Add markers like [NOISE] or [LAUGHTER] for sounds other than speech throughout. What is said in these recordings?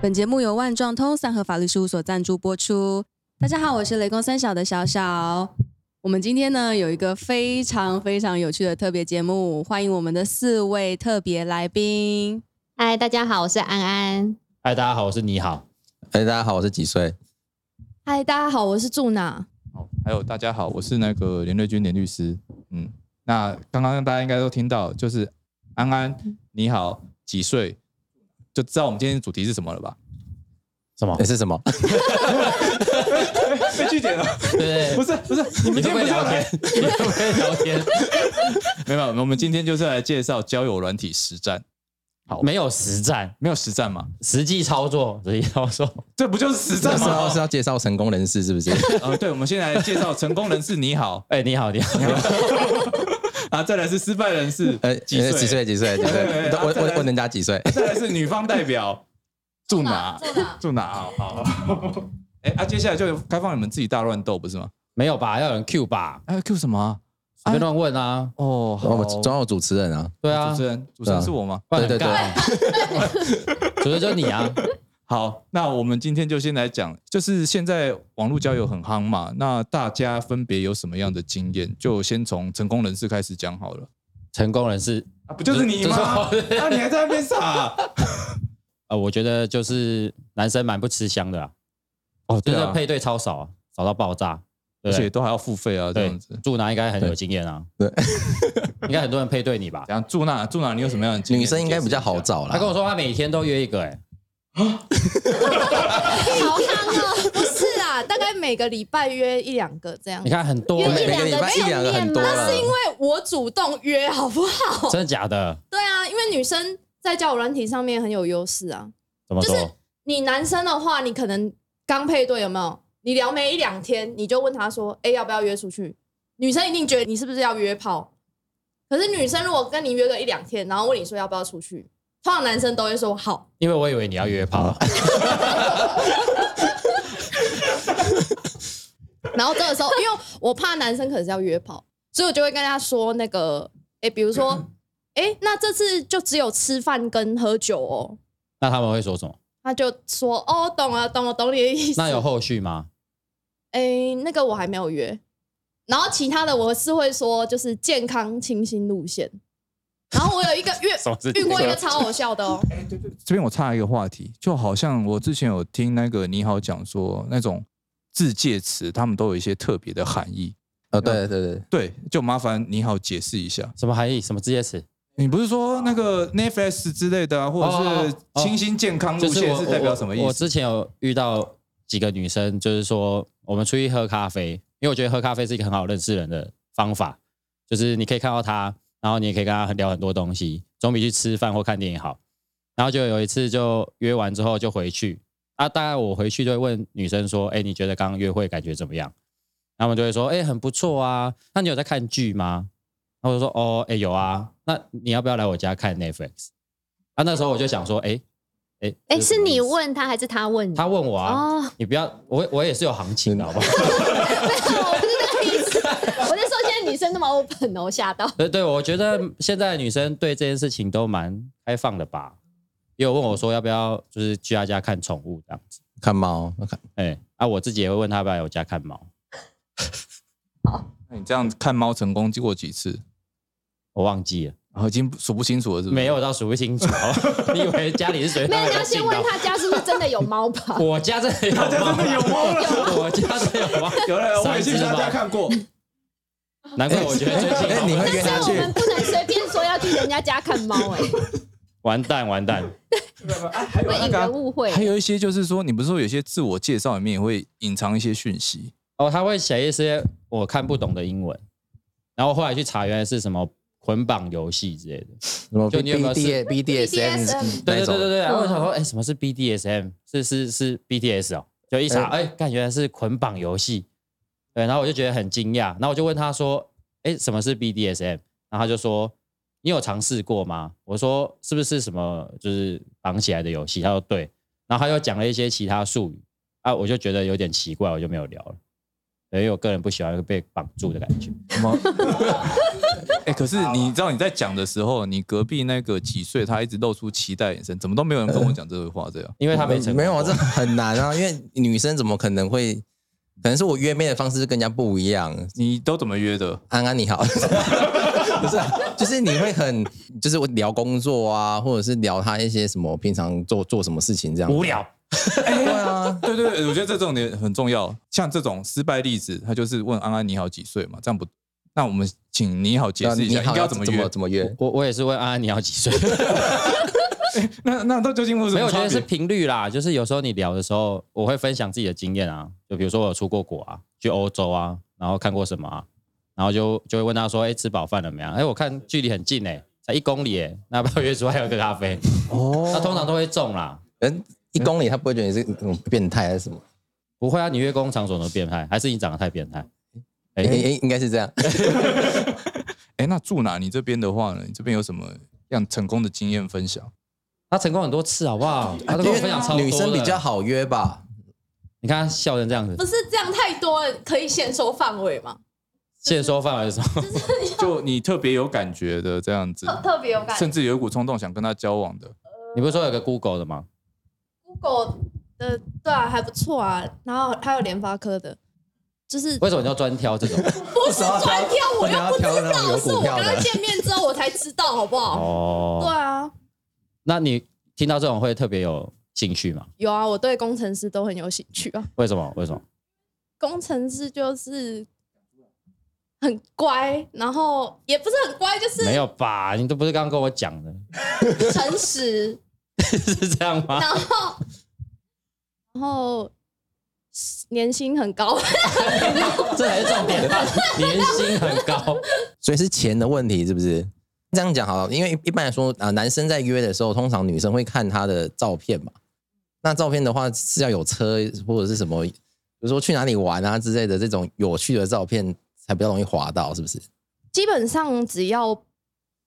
本节目由万状通三和法律事务所赞助播出。大家好，我是雷公三小的小小。我们今天呢有一个非常非常有趣的特别节目，欢迎我们的四位特别来宾。嗨，大家好，我是安安。嗨，大家好，我是你好。哦哎、大家好，我是几岁？嗨，大家好，我是住哪？好，还有大家好，我是那个连瑞君连律师。嗯，那刚刚大家应该都听到，就是安安你好，几岁？就知道我们今天的主题是什么了吧？什么哎、？是 [LAUGHS] 什么？被据点了？[LAUGHS] 对不是不是，你你们会不今天会不是要聊来天？？你会不会聊天？没有，没有我们今天就是来介绍交友软体实战，没有实战，没有实战嘛？实际操作，实际操 [LAUGHS] 作。这不就是实这战时候吗是？要介绍成功人士，是 [LAUGHS] 不是？呃，对，我们先来介绍成功人士你好，哎、你好，你好，啊，再来是失败人 [LAUGHS] 士，呃，几呃几岁？岁？几岁？ [LAUGHS] 几对对岁？对都我啊再来我问人家几岁？再来是女方代表，住哪？住哪？好好。好 [LAUGHS] 哎啊，接下来就开放你们自己大乱斗，不是吗？没有吧？要有人 Q 吧？哎，Q 什么啊？随便乱问啊。哦，好我们总要有主持人啊。对啊主持，人，主持人是我吗？不然对对很尬啊， [LAUGHS] 主持人就是你啊。好，那我们今天就先来讲，就是现在网络交友很夯嘛，嗯那大家分别有什么样的经验？就先从成功人士开始讲好了。成功人士啊，不就是 [LAUGHS] 你吗？啊，你还在那边傻？呃，我觉得就是男生蛮不吃香的啊。哦，就对是啊，配对超少啊，少到爆炸，对 [LAUGHS] 不而且对都还要付费啊，这样对子。，住男应该很有经验啊，对， [LAUGHS] 应该很多人配对你吧？然后住哪住哪？你有什么样的经验？女生应该比较好找他跟我啦。说他每天都约一个，哎，好康哦，不是啊，大概每个礼拜约一两个这样你。看很多约欸，一每两个个礼拜没一有两个很多那了是。因为我主动约，好不好？真的假的？对啊，因为女生在交友软体上面很有优势啊。怎么说？你男生的话，你可能刚配对有没有？你聊没一两天，你就问他说：“哎、要不要约出去？”女生一定觉得你是不是要约炮。可是女生如果跟你约个一两天，然后问你说要不要出去，通常男生都会说好。因为我以为你要约嗯炮，然后这个时候，因为我怕男生可能是要约炮，所以我就会跟他说那个，哎、比如说，哎、那这次就只有吃饭跟喝酒哦。 [LAUGHS] 那他们会说什么？他就说，哦，懂了，懂了，懂你的意思。那有后续吗？哎、那个我还没有约。然后其他的我是会说，就是健康清新路线。然后我有一个遇什么是遇过一个超好笑的哦，这边我插一个话题，就好像我之前有听那个你好讲说，那种自介词，他们都有一些特别的含义。哦，对对对，对，就麻烦你好解释一下。什么含义？什么这些词？你不是说那个 Netflix 之类哦的啊，或者是清新健康就路是线我是代表什么我意我之思？前有遇到几个女生，就是说我们出去喝咖啡，因为我觉得喝咖啡是一个很好认识人的方法，就是你可以看到她，然后你也可以跟她聊很多东西，总比去吃饭或看电影好。然后就有一次就约完之后就回去，啊，大概我回去就会问女生说，哎，你觉得刚刚约会感觉怎么样？然后我们就会说，哎，很不错啊。那你有在看剧吗？然后我就说，哦，哎，有啊。那你要不要来我家看 Netflix？啊，那时候我就想说，哎，哎，这哎、是什么意你思问他还是他问你？他问我啊，哦，你不要，我我也是有行情的，好不 [LAUGHS] 好？没有，哦我不是那个意思。我在说现在女生那么 open 哦，我吓到。对对，我觉得现在的女生对这件事情都蛮开放的吧。也有问我说要不要就是去他家看宠物这样子，看猫，看哎、啊，我自己也会问他要不要来我家看猫，那你这样看猫成功过几次？我忘记了，然后已经数不清楚了，是不是？没有到数不清楚。哦 [LAUGHS] 你以为家里是谁？。没有，你要先问他家是不是真的有猫吧 [LAUGHS] 我家真的有猫，有猫了，我家真的有猫，有了，我也去三只他家猫，看过。难怪我觉得最近 [LAUGHS] 哎你会约但他是我去？们不能随便说要去人家家看猫、 [LAUGHS] 哎，完蛋完蛋，还有会那引个啊人误会。还有一些就是说，你不是说有些自我介绍里面也会隐藏一些讯息？哦，他会写一些我看不懂的英文，然后后来去查原来是什么捆绑游戏之类的。什么就你有没有 B D B D S M 对对对对那种？对，然后我想说，哎、什么是 BDSM？是是是 BTS 哦，就一查，哎、感觉是捆绑游戏，对，然后我就觉得很惊讶，然后我就问他说，哎、什么是 BDSM？然后他就说，你有尝试过吗？我说是不是什么就是绑起来的游戏？他说对，然后他又讲了一些其他术语啊，我就觉得有点奇怪，我 [LAUGHS] 就没有聊了，对因为我个人不喜欢被绑住的感觉。什么？哎、可啊是你知道你在讲的时候，你隔壁那个几岁，他一直露出期待眼神，怎么都没有人跟我讲这个话，这样。因为他没成功没有啊，过这很难啊，因为女生怎么可能会？可能是我约妹的方式跟人家不一样。你都怎么约的？安安你好， [LAUGHS] 不是啊、就是你会很，就是我聊工作啊，或者是聊他一些什么平常做做什么事情这样。无聊，哎对啊，哎对对对，我觉得这重点很重要。像这种失败例子，他就是问安安你好几岁嘛，这样不？那我们请你好解啊释一你啊下，应好该要要怎么么约？怎么约？我我也是问安安你要几岁？那那到究竟为什么没有，我觉得差别是频率啦，就是有时候你聊的时候，我会分享自己的经验啊，就比如说我有出过国啊，去欧洲啊，然后看过什么啊，然后就就会问他说，哎、吃饱饭了没啊？哎、我看距离很近哎、才一公里哎、那要不要约出来喝个咖啡？ [LAUGHS] 哦他通常都会中啦，人嗯一公里，他不会觉得你是嗯变态还是什么？不会啊，你约公共场所能变态，还是你长得太变态？哎、哎、哎应该是这样。哎，那住哪？你这边的话呢？你这边有什么样成功的经验分享？他成功很多次好不好？他都跟我分享超多的女生比较，好约吧？你看他笑成这样子不，是这样太多了，可以限收范围嘛？限收范围的时候， [LAUGHS] 就你特别有感觉的这样子，特特别有感觉甚至有一股冲动想跟他交往的。 [LAUGHS] 你不是说有个 Google 的吗？ ，Google 的对啊，还不错啊。然后还有联发科的，就是为什么你要专挑 [LAUGHS] 这种？不是专挑，我又不知为什么要挑那种有道，是股我票跟的他见面之后我才知道，好不好？哦，对啊，那你听到这种会特别有兴趣吗？有啊，我对工程师都很有兴趣啊。为什么？为什么？工程师就是很乖，然后也不是很乖，就 [LAUGHS] 没是有吧？你都不是刚刚跟我讲的， [LAUGHS] 诚实，是这样吗？然后然后年薪很高。 [LAUGHS] 这才是重点吧？ [LAUGHS] 年薪很 [LAUGHS] 高，所以是钱的问题，是不是？这样讲好了，因为一般来说啊、男生在约的时候，通常女生会看他的照片嘛。那照片的话是要有车或者是什么，比如说去哪里玩啊之类的这种有趣的照片，才比较容易滑到，是不是？基本上只要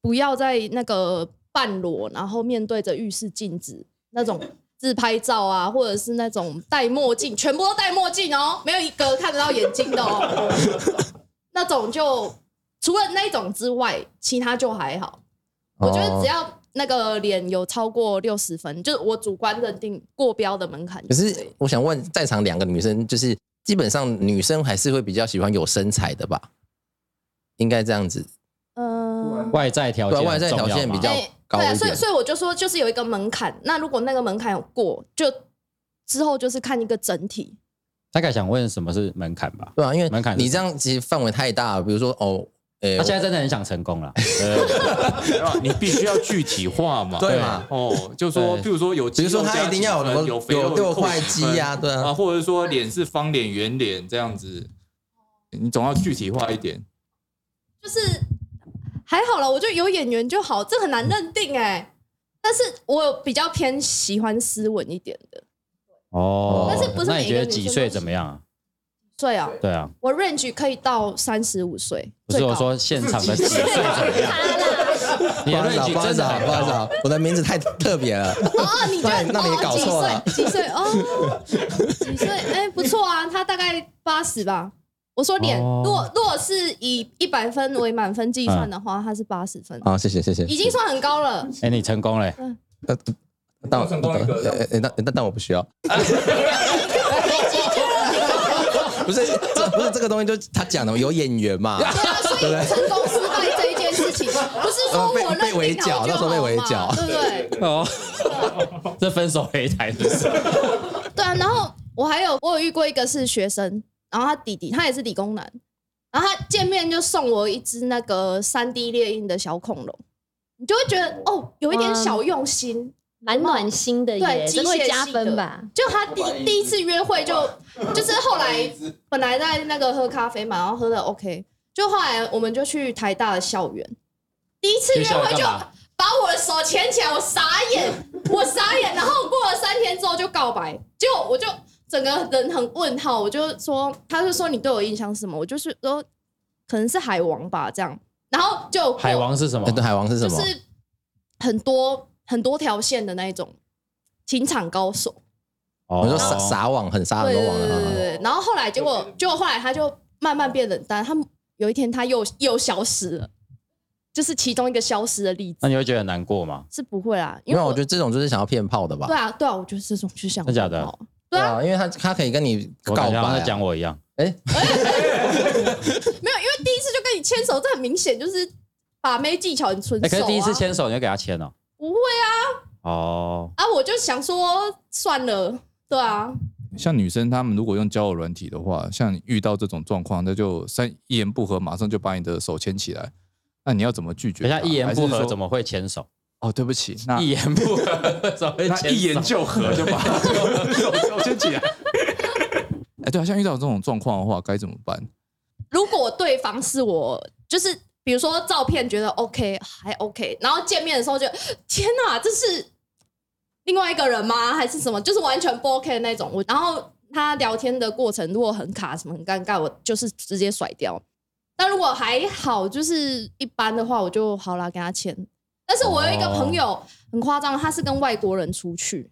不要在那个半裸，然后面对着浴室镜子那种自拍照啊，或者是那种戴墨镜，全部都戴墨镜哦，没有一个看得到眼睛的 [LAUGHS] 哦。那种就除了那种之外，其他就还好。我觉得只哦要那个脸有超过六十分，就是我主观认定过标的门槛可就以。是我想问，在场两个女生，就是基本上女生还是会比较喜欢有身材的吧？应该这样子，嗯，外在条对件啊很重要吗，外在条件比较对高一对点啊，所以所以我就说，就是有一个门槛。那如果那个门槛有过，就之后就是看一个整体。大概想问什么是门槛吧？对啊，因为门槛是你这样其实范围太大了，比如说哦，诶、他啊现在真的很想成功了，呃你必须要具体化嘛。对嘛？哦，就说，对譬如说有比肌如肉加说几分，他一定要有什么有肥有肉六扣块几肌分呀、对啊，啊，或者说脸是方脸、圆脸这样子，你总要具体化一点。就是还好了，我觉得有眼缘就好，这很难认定哎、但是我有比较偏喜欢斯文一点的，哦，但是不是那每你一个觉得女生都是几岁怎么样啊？所以啊，对啊，我 range 可以到三十五岁。不是最高 [LAUGHS] 我，说现场的几岁怎么样？你的不好 range 意思啊不好意真思的啊，很不好意思高，啊，我的名字太特别了。 [LAUGHS] 哦，你就那你那你哦搞错了几岁？几岁？哦，几岁？哎、不错啊，他大概八十吧。我说脸，哦如果如果是以一百分为满分计算的话，他是八十分。好，谢谢谢谢。已经算很高了。哎，你成功了，呃但我我成功一个呃呃呃但但但我不需要。 [LAUGHS] 不是，这不是这个东西，就是他讲的有演员 [LAUGHS] 嘛，对啊，所以成功失败这一件事情，不是说我认定好就好嘛啊被被围剿到时候被围剿对不对？哦，这分手擂台是不 [LAUGHS] 是？对啊，然后我还有我有遇过一个是学生，然后他弟弟他也是理工男，然后他见面就送我一只那个三 D 猎鹰的小恐龙，你就会觉得哦，有一点小用心。蛮暖心的耶，对这会机械加系分的吧？就他第第一次约会就就是后来本来在那个喝咖啡嘛，然后喝的 OK，就后来我们就去台大的校园，第一次约会去校园就干嘛把我的手牵起来，我傻眼，我傻眼，然后过了三天之后就告白，结果我就整个人很问号，我就说，他就说你对我印象是什么？我就是说可能是海王吧这样，然后就过海王是什么呃？对海王是什就么？是很多很多条线的那一种情场高手。哦我说撒撒网很撒很对多对网对的对哈。对。然后后来结果，结果后来他就慢慢变冷淡。他有一天他又又消失了，就是其中一个消失的例子那，你会觉得很难过吗？是不会啦，没因为有，我觉得这种就是想要骗炮的吧对？啊，对啊，我觉得这种就像真假的对啊啊，因为他他可以跟你我告感白觉啊像在讲我一样，没有，因为第一次就跟你牵手，这很明显就是把妹技巧很纯熟、哎，啊可是第一次牵手你就给他牵哦，不会啊哦，啊，我就想说算了，对啊，像女生她们如果用交友软体的话，像你遇到这种状况，那就三一言不合马上就把你的手牵起来，那你要怎么拒绝等一她？下一言不合怎么？么会牵手？哦，对不起，那一言不合 [LAUGHS] 怎么会牵那手？哎一言就合就把手手牵起来。哎，对啊，像遇到这种状况的话，该怎么办？如果对方是我，就是比如说照片觉得 OK 还 OK，然后见面的时候就天哪，这是另外一个人吗？还是什么？就是完全不 OK 的那种。我然后他聊天的过程如果很卡什么很尴尬，我就是直接甩掉。但如果还好，就是一般的话，我就好啦，给他签。但是我有一个朋友很夸张，他是跟外国人出去，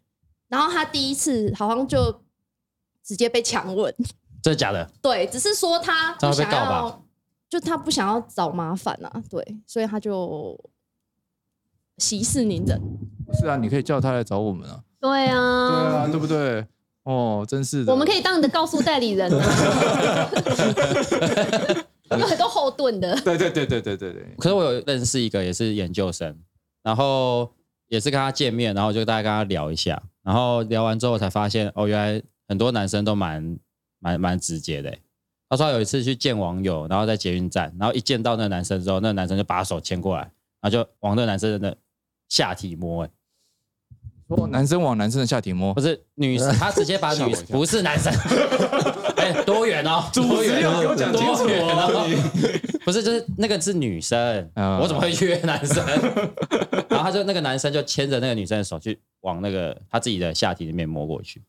然后他第一次好像就直接被强吻。真的假的？对，只是说他这不样会被想告吧要，就他不想要找麻烦啊，对，所以他就息事宁人。是啊，你可以叫她来找我们啊。对对啊，啊，对不对？哦，真是的。我们可以当你的告诉代理人啊， [LAUGHS] [LAUGHS] 有很多后盾的，对对对对对对对。可是我有认识一个也是研究生，然后也是跟他见面，然后就大概跟他聊一下，然后聊完之后才发现，哦，原来很多男生都蛮蛮蛮直接的欸。他说他有一次去见网友，然后在捷运站，然后一见到那个男生之后，那个男生就把他手牵过来，然后就往那个男生的下体摸，哎，哦男生往男生的下体摸不，是女，他直接把 [LAUGHS] 吓我女呃一跳不是男生，哎，多远哦，多远哦，给我讲清楚多远 [LAUGHS] 哦，不是，就是那个是女生，啊我怎么会去约男生？ [LAUGHS] 然后他就那个男生就牵着那个女生的手去往那个他自己的下体里面摸过去。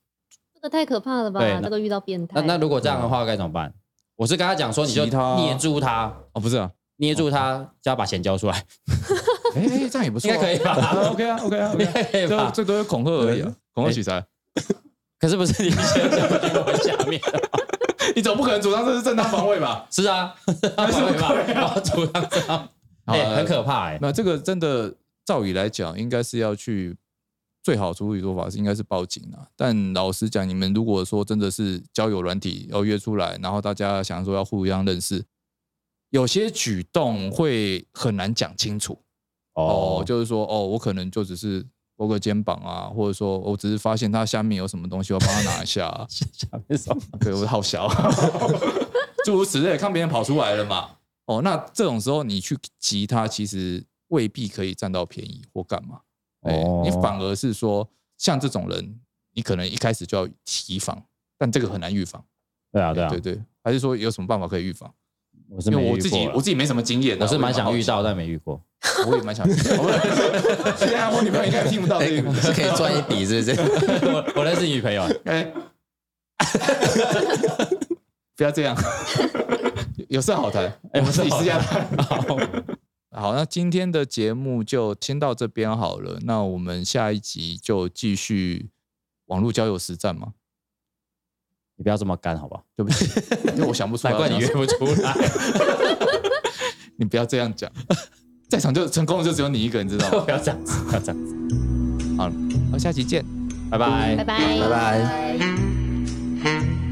这个太可怕了吧对那？这个遇到变那态，那如果这样的话该怎么办？我是跟他讲说，你就嗯其他捏住他，哦，不是啊，捏住他，叫他把钱交出来，哎，哎这样也不错应啊，该可以吧？ [LAUGHS] 啊，OK 啊，OK 应啊，OK 啊该可以这吧？最多是恐吓而已啊，恐吓取材。可是不是你先走进我下面？ [LAUGHS] 你总不可能主张这是正当防卫 [LAUGHS] 吧？是啊，还 [LAUGHS] 是吧？然后啊主张这样，哎，很可怕哎。那这个真的照理来讲，应该是要去最好处理做法是应该是报警啊。但老实讲，你们如果说真的是交友软体要约出来，然后大家想说要互相认识，有些举动会很难讲清楚。哦，就是说哦，我可能就只是勾个肩膀啊，或者说我只是发现他下面有什么东西，我帮他拿一下、啊。下面什么？ [LAUGHS] 对，我好小，诸如此类，看别人跑出来了嘛。哦，那这种时候你去急他，其实未必可以占到便宜或干嘛。哎、哦你反而是说，像这种人，你可能一开始就要提防，但这个很难预防。哎对啊，对啊对，对，还是说有什么办法可以预防？我是因没为我遇自过己啦我自己没什么经验啊、我是蛮想遇到。到，但没遇过。 [LAUGHS] 我也蛮 [LAUGHS] 想遇到。现在我女朋友应该听不到这个。哎是可以赚一笔，是不是？我我认识女朋友，啊哎、 [LAUGHS] 不要这样， [LAUGHS] 有事好谈，哎我有们事自己好私下谈。好，那今天的节目就先到这边好了。那我们下一集就继续网络交友实战嘛。你不要这么干好不好？对 [LAUGHS] 不起，因为我想不出来。难怪你约，不出来。你不要这样讲。在场就成功的就只有你一个，你 [LAUGHS] 知道吗？不要这样子，不要这样子，好，那下期见。拜拜拜。拜拜拜。拜